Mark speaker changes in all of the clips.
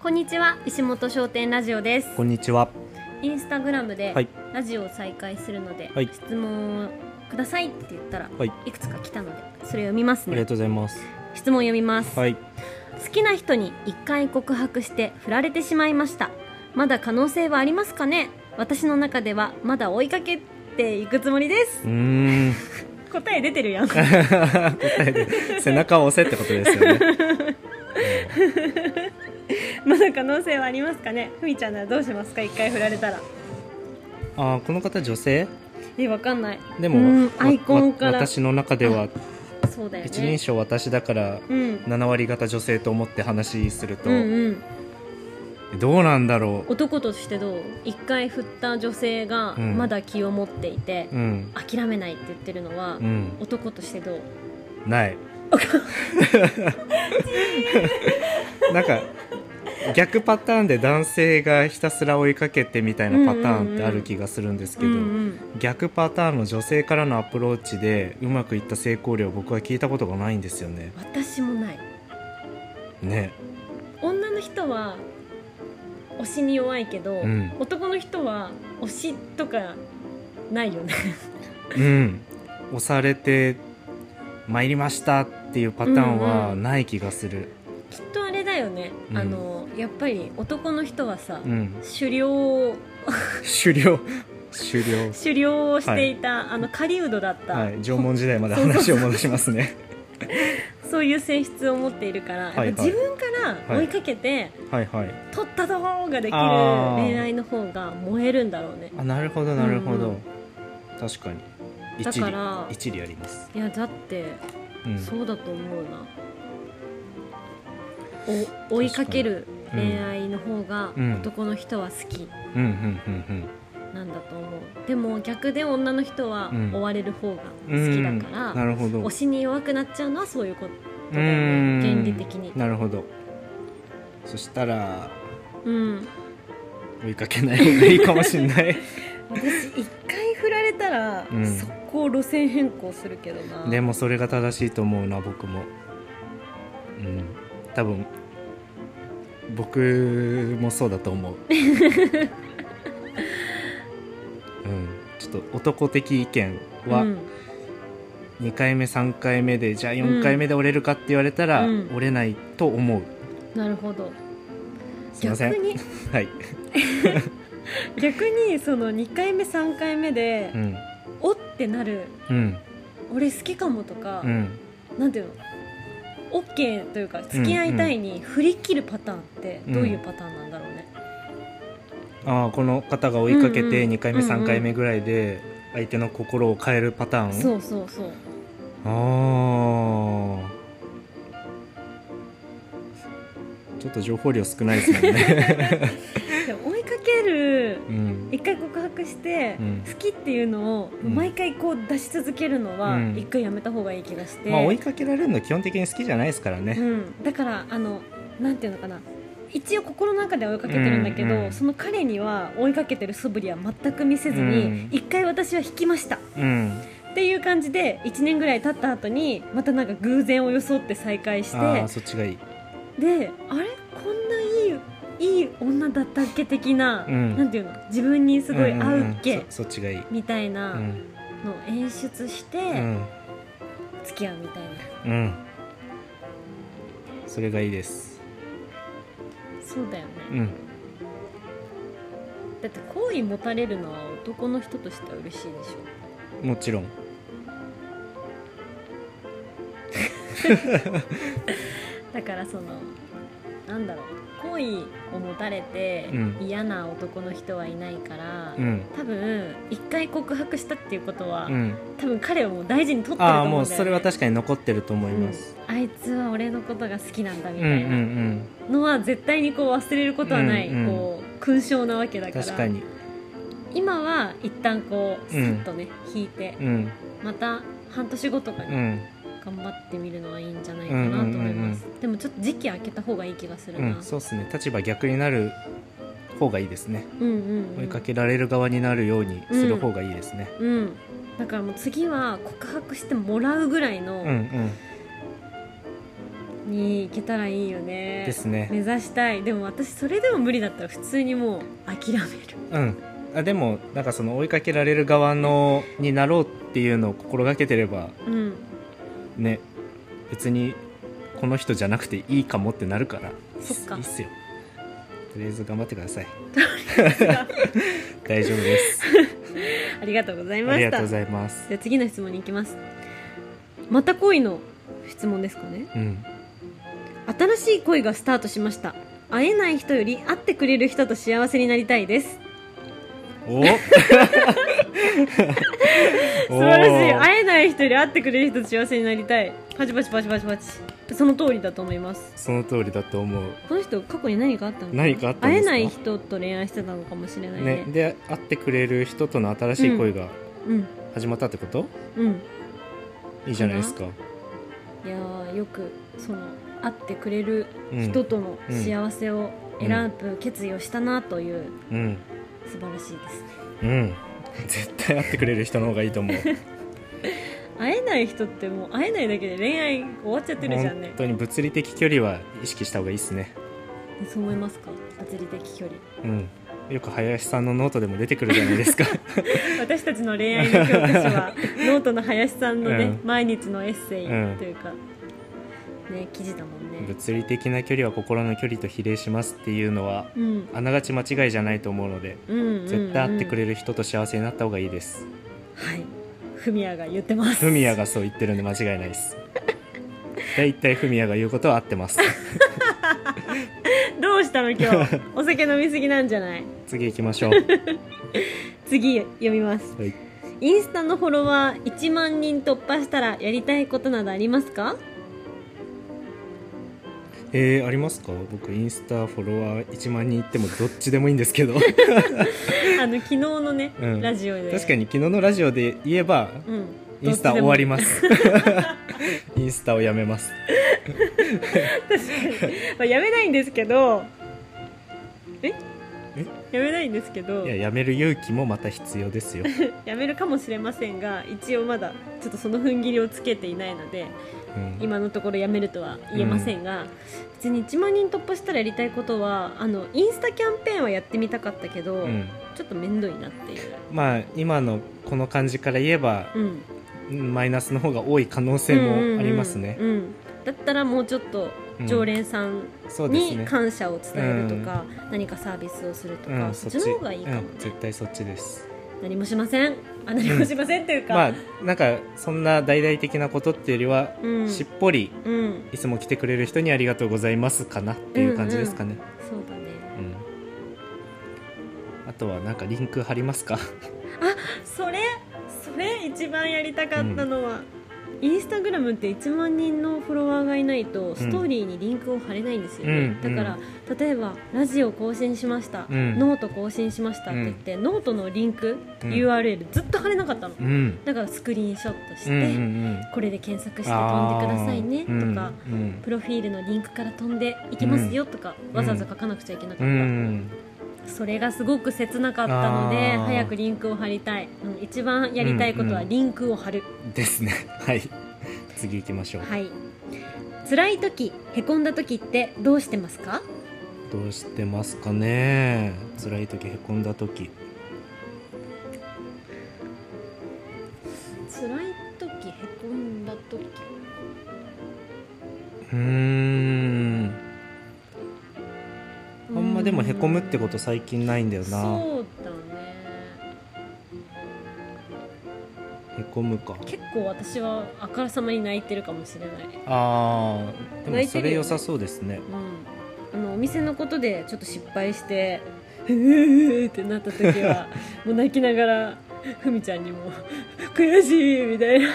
Speaker 1: こんにちは石本商店ラジオです
Speaker 2: こんにちは。
Speaker 1: インスタグラムで
Speaker 2: はい
Speaker 1: ラジオを再開するので、
Speaker 2: はい
Speaker 1: 質問をくださいって言ったら、
Speaker 2: はい
Speaker 1: い、くつか来たのでそれを読みます
Speaker 2: ありが
Speaker 1: ね
Speaker 2: とうございます。
Speaker 1: 質問を読みます、
Speaker 2: はい。
Speaker 1: 好きな人に一回告白して振られてしまいましたまだ可能性はありますかね私の中ではまだ追いかけていくつもりです
Speaker 2: うーん。
Speaker 1: 答え出てるやん
Speaker 2: 答えで背中を押せってことです よね。
Speaker 1: まだ可能性はありますかねふみちゃんならどうしますか一回振られたら
Speaker 2: ああこの方女性？
Speaker 1: えわかんない
Speaker 2: でも、
Speaker 1: うん
Speaker 2: わ
Speaker 1: アイコンから
Speaker 2: わ私の中では
Speaker 1: そうだよね
Speaker 2: 一人称私だから
Speaker 1: うん
Speaker 2: 7割方女性と思って話すると、
Speaker 1: うんうん
Speaker 2: どうなんだろ
Speaker 1: 男としてどう一回振った女性が
Speaker 2: うん
Speaker 1: まだ気を持っていて
Speaker 2: う。、うん。
Speaker 1: 諦めないって言ってるのは、
Speaker 2: うん。
Speaker 1: 男としてどう
Speaker 2: ない。 なんか。逆パターンで男性がひたすら追いかけてみたいなパターンってある気がするんですけ
Speaker 1: う
Speaker 2: ど、
Speaker 1: んうん
Speaker 2: 逆パターンの女性からのアプローチでうまくいった成功例を僕は聞いたことがないんですよね。
Speaker 1: 私もない
Speaker 2: ね。
Speaker 1: 女の人は推しに弱いけど、
Speaker 2: うん
Speaker 1: 男の人は推しとかないよ ね
Speaker 2: うん。押されて参りましたっていうパターン
Speaker 1: うんう
Speaker 2: は
Speaker 1: ん
Speaker 2: ない気がする。
Speaker 1: きっとあれだよね、
Speaker 2: うん
Speaker 1: あのやっぱり男の人はさ、
Speaker 2: うん。
Speaker 1: 狩猟
Speaker 2: 狩猟狩猟。
Speaker 1: 狩猟をしていた、あの狩人だった、
Speaker 2: はい。縄文時代まで話を戻します ね。
Speaker 1: そういう性質を持っているから、
Speaker 2: はいはい
Speaker 1: やっぱ自分から追いかけて、
Speaker 2: はいはい。
Speaker 1: 取ったぞーができる
Speaker 2: あー
Speaker 1: 恋愛の方が燃えるんだろうね
Speaker 2: あなるほどなるほ
Speaker 1: うん
Speaker 2: ど
Speaker 1: うん。
Speaker 2: 確かに。
Speaker 1: だ
Speaker 2: 一
Speaker 1: か
Speaker 2: 理
Speaker 1: ら
Speaker 2: 一理あります。
Speaker 1: いやだって
Speaker 2: うん。
Speaker 1: そうだと思うな、お追いかける恋愛の方が
Speaker 2: うん
Speaker 1: 男の人は好き
Speaker 2: うんうんうん
Speaker 1: なんだと思う、でも逆で女の人は
Speaker 2: うん
Speaker 1: 追われる方が
Speaker 2: うん。
Speaker 1: 好きだ
Speaker 2: う
Speaker 1: か
Speaker 2: んな
Speaker 1: ら、
Speaker 2: るほど。
Speaker 1: 推しに弱くなっちゃうのはそういうことだよ
Speaker 2: うん
Speaker 1: ね原理的に
Speaker 2: なるほどそしたら
Speaker 1: うん
Speaker 2: 追いかけない方がいいかもしんない
Speaker 1: 私一回振られたら、
Speaker 2: うん
Speaker 1: 速攻路線変更するけどな
Speaker 2: でもそれが正しいと思うな僕もうん多分僕もそうだ と思ううんちょっと男的意見
Speaker 1: う
Speaker 2: は
Speaker 1: ん
Speaker 2: 2回目3回目でじゃあ4回目で折れるかって言われたら、
Speaker 1: うん
Speaker 2: 折れないと 思う
Speaker 1: なるほど
Speaker 2: すいま
Speaker 1: 逆
Speaker 2: せん
Speaker 1: に
Speaker 2: はい、
Speaker 1: 逆にその2回目3回目で、
Speaker 2: うん
Speaker 1: おってなる
Speaker 2: うん
Speaker 1: 俺好きかもとか、
Speaker 2: うん
Speaker 1: なんていうのオッケーというか付き合いたいに振り切るパターンってどういうパターンなんだろうね、
Speaker 2: ああこの方が追いかけ
Speaker 1: うんう
Speaker 2: て
Speaker 1: ん
Speaker 2: 2回目
Speaker 1: うんうん
Speaker 2: 3回目ぐらいで相手の心を変えるパターン
Speaker 1: そうそうそう
Speaker 2: ああちょっと情報量少ないですもん ね
Speaker 1: でも追いかける
Speaker 2: うん
Speaker 1: 一回告白して、
Speaker 2: うん
Speaker 1: 好きっていうのを
Speaker 2: うん
Speaker 1: 毎回こう出し続けるのは
Speaker 2: うん
Speaker 1: 一回やめた方がいい気がして、
Speaker 2: まあ追いかけられるの基本的に好きじゃないですから
Speaker 1: う
Speaker 2: ね
Speaker 1: ん、だからあのなんていうのかな一応心の中では追いかけてるんだけど、
Speaker 2: うんうん
Speaker 1: その彼には追いかけてる素振りは全く見せず
Speaker 2: う
Speaker 1: に
Speaker 2: ん
Speaker 1: 一、回私は引きましたっ
Speaker 2: うん
Speaker 1: ていう感じで1年ぐらい経った後にまたなんか偶然を装って再会して
Speaker 2: ああそっちがいい
Speaker 1: であれこんないいいい女だったっけ的な、
Speaker 2: うん
Speaker 1: なんていうの自分にすごい合うっけ、
Speaker 2: んんんそそっちがいい
Speaker 1: みたいうなんのを演出して
Speaker 2: うん
Speaker 1: 付き合うみたいな、
Speaker 2: うんそれがいいです
Speaker 1: そうだよね、
Speaker 2: うん
Speaker 1: だって好意持たれるのは男の人としては嬉しいでしょ
Speaker 2: もちろん
Speaker 1: だからそのなんだろう好意を持たれて
Speaker 2: うん
Speaker 1: 嫌な男の人はいないから、
Speaker 2: うん
Speaker 1: 多分一回告白したっていうことは、
Speaker 2: うん
Speaker 1: 多分彼をもう大事に取ってると
Speaker 2: ああ
Speaker 1: 思
Speaker 2: も
Speaker 1: うん
Speaker 2: う
Speaker 1: だよ、ね、
Speaker 2: それは確かに残ってると思います、
Speaker 1: うんあいつは俺のことが好きなんだみ
Speaker 2: うん、う
Speaker 1: た
Speaker 2: ん
Speaker 1: いなのは絶対にこう忘れることはない、
Speaker 2: うんうん
Speaker 1: こう勲章なわけ
Speaker 2: う
Speaker 1: だ
Speaker 2: ん
Speaker 1: から
Speaker 2: 確かに
Speaker 1: 今は一旦こうス
Speaker 2: うん
Speaker 1: ッとね、引いて
Speaker 2: うん
Speaker 1: また半年後とか
Speaker 2: う
Speaker 1: に
Speaker 2: ん
Speaker 1: 頑張ってみるのはいいんじゃないかなと思います、でもちょっと時期空けた方がいい気がする
Speaker 2: う
Speaker 1: な、
Speaker 2: ん、そうですね立場逆になる方がいいですね、
Speaker 1: うんうんうん
Speaker 2: 追いかけられる側になるようにする方がいいですね
Speaker 1: うんだからもう次は告白してもらうぐらいの、
Speaker 2: うんうん、
Speaker 1: に行けたらいいよね
Speaker 2: ですね
Speaker 1: 目指したいでも私それでも無理だったら普通にもう諦める
Speaker 2: うんあでもなんかその追いかけられる側のになろうっていうのを心がけてれば
Speaker 1: うん
Speaker 2: ね別にこの人じゃなくていいかもってなるから
Speaker 1: そっか
Speaker 2: いいっすよとりあえず頑張ってく ださい 大丈夫です
Speaker 1: ありがとうございま
Speaker 2: あり
Speaker 1: し
Speaker 2: がと
Speaker 1: た
Speaker 2: うございます
Speaker 1: じゃあ次の質問に行きますまた恋の質問ですかね
Speaker 2: うん
Speaker 1: 新しい恋がスタートしました会えない人より会ってくれる人と幸せになりたいです
Speaker 2: お
Speaker 1: 素晴らしい会えない人より会ってくれる人と幸せになりたいパチパチパチパチパチその通りだと思います
Speaker 2: その通りだと思う
Speaker 1: この人過去に何かあったのかな
Speaker 2: 何かあったん
Speaker 1: 会え
Speaker 2: ですか
Speaker 1: ない人と恋愛してたのかもしれないね
Speaker 2: ねで会ってくれる人との新しい恋が
Speaker 1: うん
Speaker 2: 始まったってこと、
Speaker 1: うん
Speaker 2: いいじゃないですか
Speaker 1: いやーよくその会ってくれる
Speaker 2: うん
Speaker 1: 人との幸せを選ぶ決意をしたなという、
Speaker 2: うん
Speaker 1: 素晴らしいですね
Speaker 2: うん絶対会ってくれる人の方がいい と思う
Speaker 1: 会えない人ってもう会えないだけで恋愛終わっちゃってるじゃんね
Speaker 2: 本当に物理的距離は意識した方がいいですね
Speaker 1: そう思いますか物理的距離
Speaker 2: うんよく林さんのノートでも出てくるじゃな いですか
Speaker 1: 私たちの恋愛の教科書はノートの林さんのね、
Speaker 2: うん
Speaker 1: 毎日のエッセイ
Speaker 2: うん
Speaker 1: というか、ね記事だもんね
Speaker 2: 物理的な距離は心の距離と比例しますっていうのは
Speaker 1: うん
Speaker 2: あながち間違いじゃないと思うので
Speaker 1: うんうんうん
Speaker 2: 絶対会ってく
Speaker 1: る
Speaker 2: れる人と幸せになった方がいいです
Speaker 1: はいフミヤが言ってます
Speaker 2: フミヤがそう言ってるんで間違いないです大体フミヤが言うことは合ってます
Speaker 1: どうしたの今 日お酒飲みすぎなんじゃない
Speaker 2: 次行きましょう
Speaker 1: 次読みます
Speaker 2: はい
Speaker 1: インスタのフォロワー1万人突破したらやりたいことなどあります か
Speaker 2: えー、ありますか僕インスタフォロワー1万人いってもどっちでもいいんですけど
Speaker 1: あの昨日のね、
Speaker 2: うん
Speaker 1: ラジオで
Speaker 2: 確かに昨日のラジオで言えば
Speaker 1: うん
Speaker 2: インスタ終わり
Speaker 1: ま
Speaker 2: ますインスタをやめます
Speaker 1: あ、やめないんですけどえ
Speaker 2: え
Speaker 1: やめないんですけど
Speaker 2: いや
Speaker 1: や
Speaker 2: やめる勇気もまた必要ですよ
Speaker 1: めるかもしれませんが一応まだちょっとその踏ん切りをつけていないので
Speaker 2: うん
Speaker 1: 今のところやめるとは言えませんが、別に1万人突破したらやりたいことはあのインスタキャンペーンはやってみたかったけど、
Speaker 2: うん
Speaker 1: ちょっと面倒いなっていう、
Speaker 2: まあ今のこの感じから言えば
Speaker 1: うん、
Speaker 2: マイナスの方が多い可能性もありますね
Speaker 1: うんうんうんうんだったらもうちょっと常連さん
Speaker 2: そうです
Speaker 1: に
Speaker 2: ね
Speaker 1: 感謝を伝えるとか、何かサービスをすると
Speaker 2: う
Speaker 1: か、
Speaker 2: ん、
Speaker 1: そ
Speaker 2: そ
Speaker 1: っち
Speaker 2: っち
Speaker 1: の方がいいかもね、
Speaker 2: うん、絶対そっちです
Speaker 1: 何もしませんあ何もしませんというか、
Speaker 2: まあなんかそんな大々的なことっていうよりは、
Speaker 1: うん
Speaker 2: しっぽり
Speaker 1: うん
Speaker 2: いつも来てくれる人にありがとうございますかなっていう感じですかね、
Speaker 1: そうだね
Speaker 2: うんあとはなんかリンク貼りますか
Speaker 1: それそれ一番やりたかったのは、インスタグラムって1万人のフォロワーがいないとストーリーにリンクを貼れないんですよね、
Speaker 2: うん
Speaker 1: だから例えば「ラジオ更新しました」
Speaker 2: うん
Speaker 1: ノート更新しました」って言って、ノートのリンク、
Speaker 2: うん
Speaker 1: URL ずっと貼れなかったの、
Speaker 2: うん
Speaker 1: だからスクリーンショットして、
Speaker 2: うんうん
Speaker 1: これで検索して飛ん
Speaker 2: あ
Speaker 1: でく
Speaker 2: ー
Speaker 1: ださいねと
Speaker 2: うん
Speaker 1: か、
Speaker 2: うん
Speaker 1: プロフィールのリンクから飛んでいきますよとか、
Speaker 2: ん
Speaker 1: わざわざ書かなくちゃいけなかった、
Speaker 2: うん
Speaker 1: それがすごく切なかったので
Speaker 2: あー
Speaker 1: 早くリンクを貼りたい、うん、一番やりたいことは
Speaker 2: うん
Speaker 1: リンクを貼る、
Speaker 2: ですね はい次行きましょう、
Speaker 1: はい辛い時へこんだ時ってどうしてますか
Speaker 2: どうしてますかね辛い時へこんだ時
Speaker 1: 辛い時へこんだ時
Speaker 2: うーんあんまでもへこむってこと最近ないんだよな
Speaker 1: そうだね
Speaker 2: へこむか
Speaker 1: 結構私はあからさまに泣いてるかもしれない
Speaker 2: あー
Speaker 1: 泣
Speaker 2: でも
Speaker 1: いて
Speaker 2: そ
Speaker 1: るよね
Speaker 2: れ良さそうですね
Speaker 1: うん、あのお店のことでちょっと失敗して「うーってなった時は もう泣きながらふみちゃんにも「悔しい」みたいな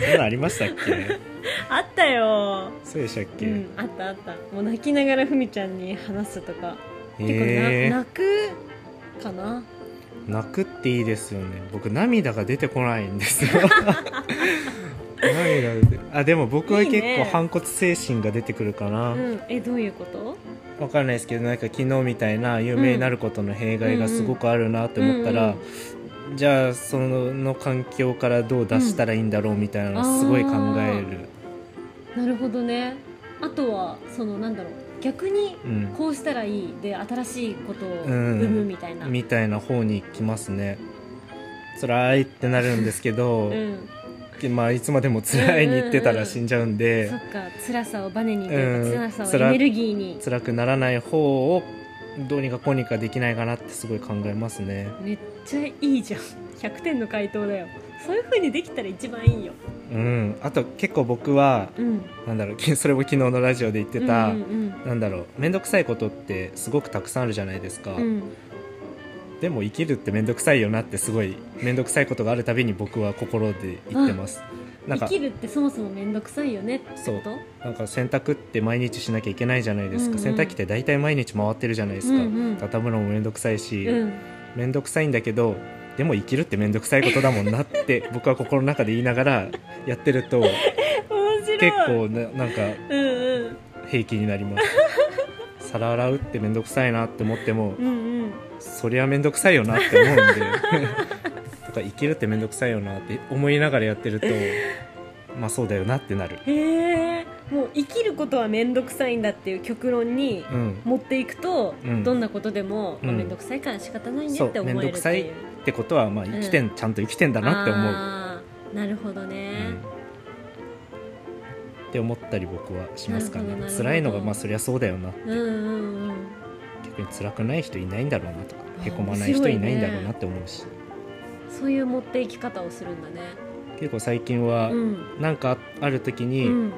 Speaker 2: そんなんありましたっ け
Speaker 1: あったよ、
Speaker 2: そうでしたっ
Speaker 1: う
Speaker 2: け、
Speaker 1: ん、あったあったもう泣きながらふみちゃんに話すとか、
Speaker 2: へ
Speaker 1: 結構な
Speaker 2: ー
Speaker 1: 泣くかな
Speaker 2: 泣くっていいですよね僕涙が出てこない んですよ涙が出てあでも僕はい
Speaker 1: いね
Speaker 2: 結構反骨精神が出てくるかな
Speaker 1: うんえどういうこと
Speaker 2: わかんないですけどなんか昨日みたいな有名になることの弊害がすごくあるなって思った
Speaker 1: うんう
Speaker 2: ら
Speaker 1: ん、
Speaker 2: じゃあその環境からどう出したらいいんだろうみたいなのをすごい考える、
Speaker 1: なるほどねあとはそのなんだろう逆に
Speaker 2: うん、
Speaker 1: こうしたらいいで新しいことを生
Speaker 2: うん
Speaker 1: むみたいな、うん
Speaker 2: みたいな方に行きますね辛いってなるんです けど、でまあ、いつまでも辛いに行ってたら死んじゃうんで、
Speaker 1: そっか辛さをバネにという
Speaker 2: う
Speaker 1: か辛
Speaker 2: ん
Speaker 1: さを
Speaker 2: 辛
Speaker 1: エネルギーに
Speaker 2: 辛くならない方をどうにかこうにかできないかなってすごい考えますね
Speaker 1: めっちゃいいじゃん100点の回答だよそういう風にできたら一番いいよ
Speaker 2: うんあと結構僕は
Speaker 1: うん
Speaker 2: なんだろう きそれも昨日のラジオで言って
Speaker 1: う
Speaker 2: た、
Speaker 1: んうん
Speaker 2: なんだろう面倒くさいことってすごくたくさんあるじゃないですか、
Speaker 1: うん、うん
Speaker 2: でも生きるって面倒くさいよなってすごい面倒くさいことがあるたびに僕は心で言ってますなん
Speaker 1: 生
Speaker 2: か
Speaker 1: きるってそもそも面倒くさいよねって
Speaker 2: そう
Speaker 1: こと
Speaker 2: なんか洗濯って毎日しなきゃいけないじゃないですか、
Speaker 1: うんうん
Speaker 2: 洗濯機って大体毎日回ってるじゃないですか、
Speaker 1: うんうん
Speaker 2: 畳むのも面倒くさいし、
Speaker 1: うん
Speaker 2: 面倒くさいんだけどでも生きるって面倒くさいことだもんなって 僕は心の中で言いながらやってると
Speaker 1: 面白い
Speaker 2: 結構ななんか
Speaker 1: うんうん
Speaker 2: 平気になります皿洗うって面倒くさいなって思っても
Speaker 1: うんうん
Speaker 2: そりゃ面倒くさいよなって思うんで とか生きるって面倒くさいよなって思いながらやって るとまあそうだよなってなる
Speaker 1: へえもう生きることは面倒くさいんだっていう極論に
Speaker 2: うん
Speaker 1: 持っていくと、
Speaker 2: うん
Speaker 1: どんなことでも、
Speaker 2: うん
Speaker 1: まあ、面倒くさいから仕方ないね
Speaker 2: そう
Speaker 1: って思えるっていう
Speaker 2: 面ってことはまあ生きてん、ちゃんと生きてんだなって思う、
Speaker 1: あーなるほどね、
Speaker 2: うんって思ったり僕はしますか
Speaker 1: なるほどな
Speaker 2: ね
Speaker 1: るほど
Speaker 2: 辛いのがまあそりゃそうだよな
Speaker 1: うん、うんうんうん
Speaker 2: 逆に辛くない人いないんだろうなとか
Speaker 1: あー
Speaker 2: へこまない人いないんだろうなって思うし、
Speaker 1: そういう持っていき方をするんだね
Speaker 2: 結構最近は
Speaker 1: うん
Speaker 2: なんかある時
Speaker 1: う
Speaker 2: に、
Speaker 1: ん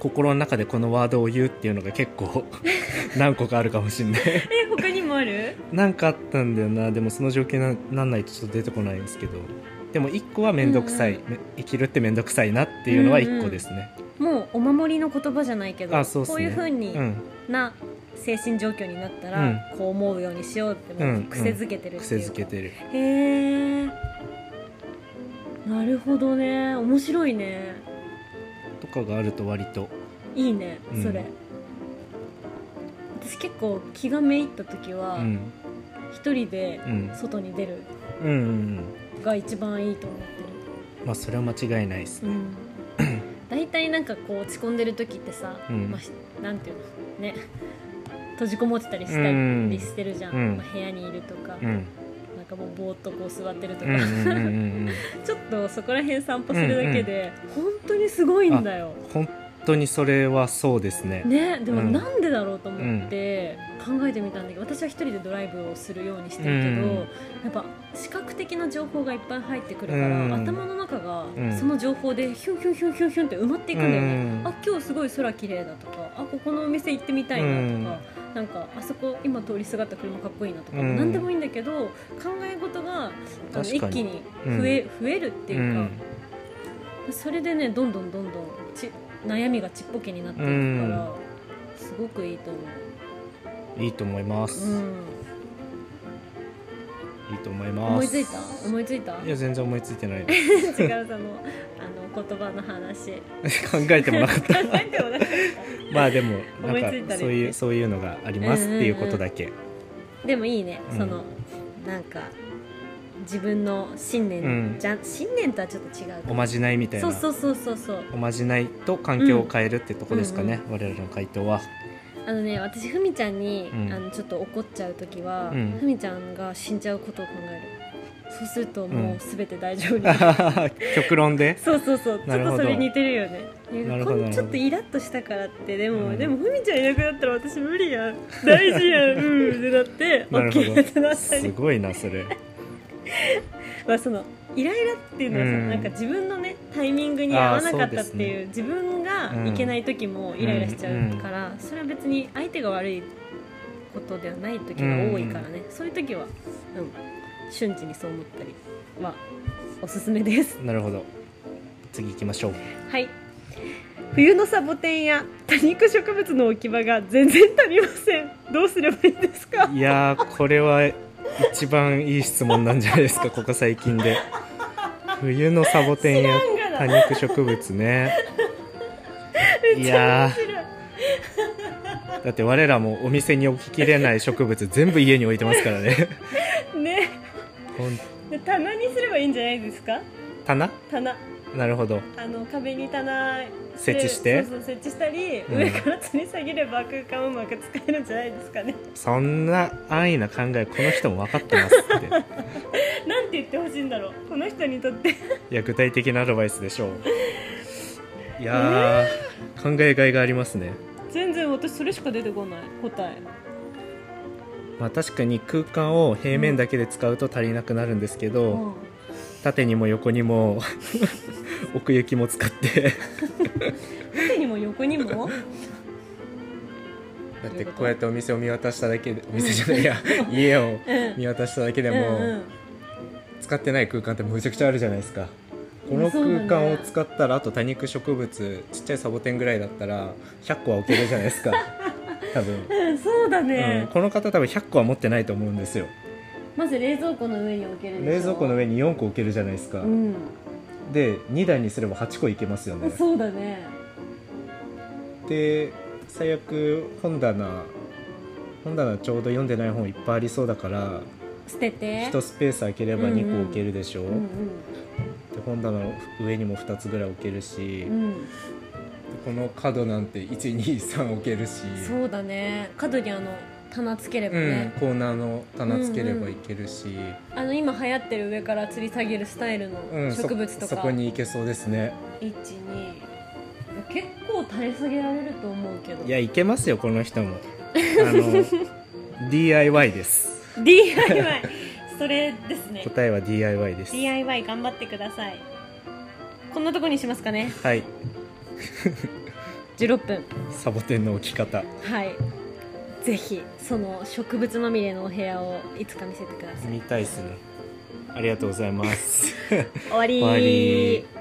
Speaker 2: 心の中でこのワードを言うっていうのが 結構何個かあるかもしんない
Speaker 1: え他にもある
Speaker 2: なんかあったんだよなでもその状況にななんないとちょっと出てこないんですけどでも1個は面倒くさい、
Speaker 1: う
Speaker 2: め生きるって面倒くさいなっていうのは1個ですね、
Speaker 1: もうお守りの言葉じゃないけど
Speaker 2: あそうっすね
Speaker 1: こういうふうに
Speaker 2: うん
Speaker 1: な精神状況になったら、こう思うようにしようってもううん癖づけてるって
Speaker 2: 癖
Speaker 1: いうか、
Speaker 2: づけてる
Speaker 1: へえなるほどね面白いね
Speaker 2: とかがあると割と
Speaker 1: いいね
Speaker 2: うん
Speaker 1: それ、私結構気がめいった時は
Speaker 2: うん
Speaker 1: 一人で
Speaker 2: うん
Speaker 1: 外に出る
Speaker 2: うんうんうん
Speaker 1: が一番いいと思って
Speaker 2: まあそれは間違いないです
Speaker 1: るう
Speaker 2: ね
Speaker 1: ん大体なんかこう落ち込んでる時ってさ、
Speaker 2: うん
Speaker 1: まあしなんていうのね閉じこもってたりした
Speaker 2: うん
Speaker 1: りしてるじゃん、
Speaker 2: うん
Speaker 1: まあ、部屋にいるとか、
Speaker 2: うん
Speaker 1: なんかもうぼーっとこう座ってると
Speaker 2: う
Speaker 1: か、
Speaker 2: んうんうんうん
Speaker 1: ちょっとそこら辺散歩するだけで、本当にすごいんだよ
Speaker 2: うん本当にそれはそうですね
Speaker 1: ねでも
Speaker 2: うん
Speaker 1: なんでだろうと思って考えてみたんだけど、私は一人でドライブをするようにしてるけど、
Speaker 2: うん
Speaker 1: やっぱ視覚的な情報がいっぱい入ってくるから、
Speaker 2: うん
Speaker 1: 頭の中が
Speaker 2: うん
Speaker 1: その情報でヒュンヒュンヒュンヒュンヒュンって埋まっていくんだよね、
Speaker 2: うん
Speaker 1: あ今日すごい空綺麗だとかあここのお店行ってみたいなとか、なんかあそこ今通りすがった車かっこいいなとか、
Speaker 2: うん
Speaker 1: なんでもいいんだけど考え事があの
Speaker 2: 確
Speaker 1: 一
Speaker 2: かに
Speaker 1: 気に増え,、増えるっていうか、それでねどんどんどんどんち悩みがちっぽけになっていくから、すごくいいと思
Speaker 2: うんいいと思います、
Speaker 1: う、うん、
Speaker 2: いいと思います
Speaker 1: 思いついた思いついた
Speaker 2: いや全然思いついてないで
Speaker 1: 違うそのあの言葉の話
Speaker 2: す考えてもなかった
Speaker 1: なんでもなかっ
Speaker 2: まあでもな ん
Speaker 1: 思いつ
Speaker 2: か
Speaker 1: いたりって
Speaker 2: そういうそういうのがありますっていうことだけ
Speaker 1: たでもいいね
Speaker 2: うん
Speaker 1: その、なんか自分の信念、
Speaker 2: うん
Speaker 1: じゃ信念とはちょっと違うか
Speaker 2: おまじないみたいな
Speaker 1: そうそうそうそうそう
Speaker 2: おまじないと環境を変えるってとこですかね、我々の回答は
Speaker 1: あのね私ふみちゃんに、
Speaker 2: うん
Speaker 1: あのちょっと怒っちゃう時は、
Speaker 2: うん
Speaker 1: ふみちゃんが死んじゃうことを考えるそうするとも
Speaker 2: う
Speaker 1: うん全て大丈夫に、
Speaker 2: 極 論で
Speaker 1: そうそうそうち
Speaker 2: な
Speaker 1: ょっ
Speaker 2: るほ
Speaker 1: と
Speaker 2: ど
Speaker 1: それ似てるよね
Speaker 2: なるほど
Speaker 1: こんちょっとイラッとしたからってでも、
Speaker 2: うん
Speaker 1: でもふみちゃんいなくなったら私無理やん大事 やんうんってなって
Speaker 2: なるほ
Speaker 1: OK ってな
Speaker 2: ど
Speaker 1: った
Speaker 2: す
Speaker 1: り
Speaker 2: ごいなそれ
Speaker 1: まあそのイライラっていうのはさ、
Speaker 2: うん
Speaker 1: なんか自分のねタイミングに合わなかった
Speaker 2: あー
Speaker 1: っ
Speaker 2: そう
Speaker 1: ていう
Speaker 2: で
Speaker 1: 自分がいけない時もイライラしちゃうから、それは別に相手が悪いことではない時が多いからね、そういう時は、うん、瞬時にそう思ったりはおすすめです
Speaker 2: なるほど次行きましょう
Speaker 1: はい冬のサボテンや多肉植物の置き場が全然足りませんどうすればいいですか
Speaker 2: いやーこれは一番いい質問なんじゃない ですかここ最近で冬のサボテンや
Speaker 1: 知らんが
Speaker 2: 多肉植物ねいやーだって我らもお店に置ききれない植物全部家に置いてますからね
Speaker 1: ね
Speaker 2: ほん
Speaker 1: 棚にすればいいんじゃないですか
Speaker 2: 棚
Speaker 1: 棚
Speaker 2: なるほど
Speaker 1: あの壁に棚で
Speaker 2: 設置して
Speaker 1: そうそう設置したり、
Speaker 2: うん
Speaker 1: 上から吊り下げれば空間うまく使えるんじゃないですかね
Speaker 2: そんな安易な考えこの人も分かってますって
Speaker 1: なんて言ってほしいんだろうこの人にとって
Speaker 2: いや具体的なアドバイスでしょういやー考えがいがありますね
Speaker 1: 全然私それしか出てこない答え
Speaker 2: まあ確かに空間を平面だけで使うと足りなくなるんですけど、
Speaker 1: うん
Speaker 2: 縦にも横に も奥行きも使って
Speaker 1: 縦にも横に も
Speaker 2: だってこうやってお店を見渡しただけでお店じゃないいや家を見渡しただけでも、
Speaker 1: うんうん
Speaker 2: 使ってない空間ってむちゃくちゃあるじゃないですかこ
Speaker 1: ま
Speaker 2: の
Speaker 1: あそうなんだ
Speaker 2: 空間を使ったらあと多肉植物ちっちゃいサボテンぐらいだったら100個は置けるじゃない ですか多分、
Speaker 1: うん、そうだ
Speaker 2: うん、
Speaker 1: ね、
Speaker 2: この方多分100個は持ってないと思うんですよ
Speaker 1: まず冷蔵庫の上に置けるでしょ
Speaker 2: 冷蔵庫の上に4個置けるじゃないですか、
Speaker 1: うん、
Speaker 2: で2段にすれば8個いけますよね
Speaker 1: そうだね
Speaker 2: で最悪本棚本棚ちょうど読んでない本いっぱいありそうだから
Speaker 1: 捨てて
Speaker 2: 1スペース空ければ2個置けるでしょ、
Speaker 1: うん
Speaker 2: で本棚の上にも2つぐらい置けるし、
Speaker 1: うん、うん、
Speaker 2: この角なんて123置けるし
Speaker 1: そうだね角にあの棚つければ
Speaker 2: うん
Speaker 1: ね、、
Speaker 2: コーナーの棚つければいけるし、
Speaker 1: あの今流行ってる上から吊り下げるスタイルの
Speaker 2: うんそ
Speaker 1: 植物と
Speaker 2: そ
Speaker 1: か、
Speaker 2: こに行けそうですね
Speaker 1: 12結構垂れ下げられると思うけど
Speaker 2: いや行けますよこの人もあの DIY です
Speaker 1: DIY それですね
Speaker 2: 答えは DIY です
Speaker 1: DIY 頑張ってくださいこんなとこにしますかね
Speaker 2: はい
Speaker 1: 16分
Speaker 2: サボテンの置き方
Speaker 1: はいぜひその植物まみれのお部屋をいつか見せてください
Speaker 2: 見たいですねありがとうございます
Speaker 1: 終わり
Speaker 2: 終わり